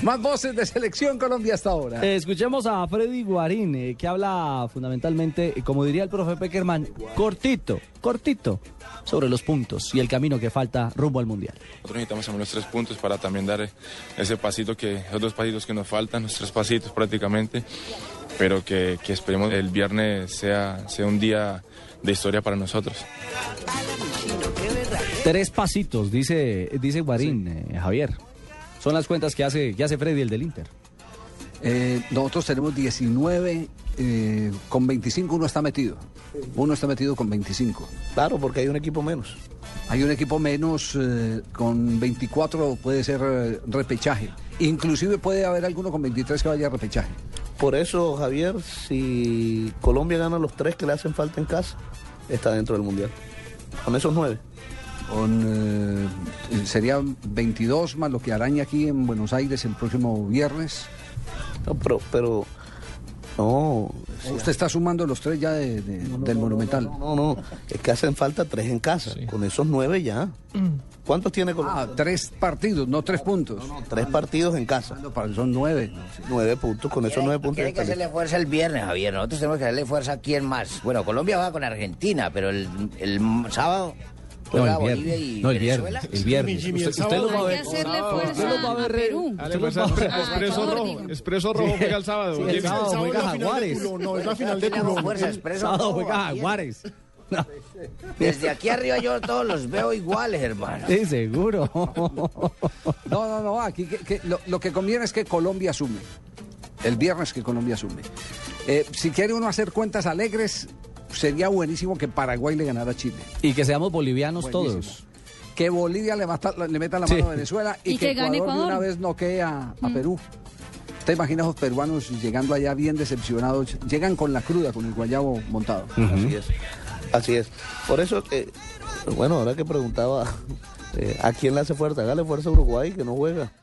Más voces de Selección Colombia hasta ahora. Eh, Escuchemos a Freddy Guarín, eh, que habla fundamentalmente, eh, como diría el profe Peckerman, cortito, cortito, sobre los puntos y el camino que falta rumbo al Mundial. Nosotros necesitamos también los tres puntos para también dar eh, ese pasito que, los dos pasitos que nos faltan, los tres pasitos prácticamente, pero que, que esperemos el viernes sea, sea un día de historia para nosotros. Tres pasitos, dice, dice Guarín, eh, Javier. Son las cuentas que hace, que hace Freddy, el del Inter. Eh, nosotros tenemos 19, eh, con 25 uno está metido. Uno está metido con 25. Claro, porque hay un equipo menos. Hay un equipo menos eh, con 24, puede ser eh, repechaje. Inclusive puede haber alguno con 23 que vaya a repechaje. Por eso, Javier, si Colombia gana los tres que le hacen falta en casa, está dentro del Mundial. Con esos nueve. Con, eh, serían 22 más lo que araña aquí en Buenos Aires el próximo viernes. No, pero, pero, no. Usted está sumando los tres ya de- de- del Monumental. No, no, no. Es que hacen falta tres en casa. Con esos nueve ya. ¿Cuántos tiene Colombia? Ah, tres partidos, no tres puntos. Ah. tres partidos en casa. No, para- Son nueve. no, sí. Nueve puntos. Con esos nueve puntos ya Tiene que está listo. hacerle fuerza el viernes, Javier. Nosotros tenemos que hacerle fuerza a quién más. Bueno, Colombia va con Argentina, pero el, el sábado No, juega el Bolivia viernes. y No, el Venezuela. viernes. El viernes. Usted, usted lo va a Hay que ver. hacerle Usted los fuerza va a a ver, Perú. Dale, pues, espre- Expreso favor, Rojo, digo. Expreso Rojo juega el sábado. Sí, el James, sábado juega es la final de Jaguares. culo, No, es la final Aquí de le hago culo. fuerza, expreso Sábado todo, juega Javier. Jaguares. Desde aquí arriba yo todos los veo iguales, hermano. Sí, seguro. No, no, no, aquí que- que lo, lo que conviene es que Colombia asume. El viernes que Colombia asume. Eh, si quiere uno hacer cuentas alegres, sería buenísimo que Paraguay le ganara a Chile. y que seamos bolivianos Buenísimo. Pues todos. Que Bolivia le, mata- le meta la Sí. mano a Venezuela y, Y que, que gane Ecuador, de una Ecuador. vez noquee a, a Perú. ¿Te imaginas los peruanos llegando allá bien decepcionados? Llegan con la cruda, con el guayabo montado. Así es. Así es. Por eso, eh, bueno, ahora que preguntaba eh, a quién le hace fuerza, hágale fuerza a Uruguay que no juega.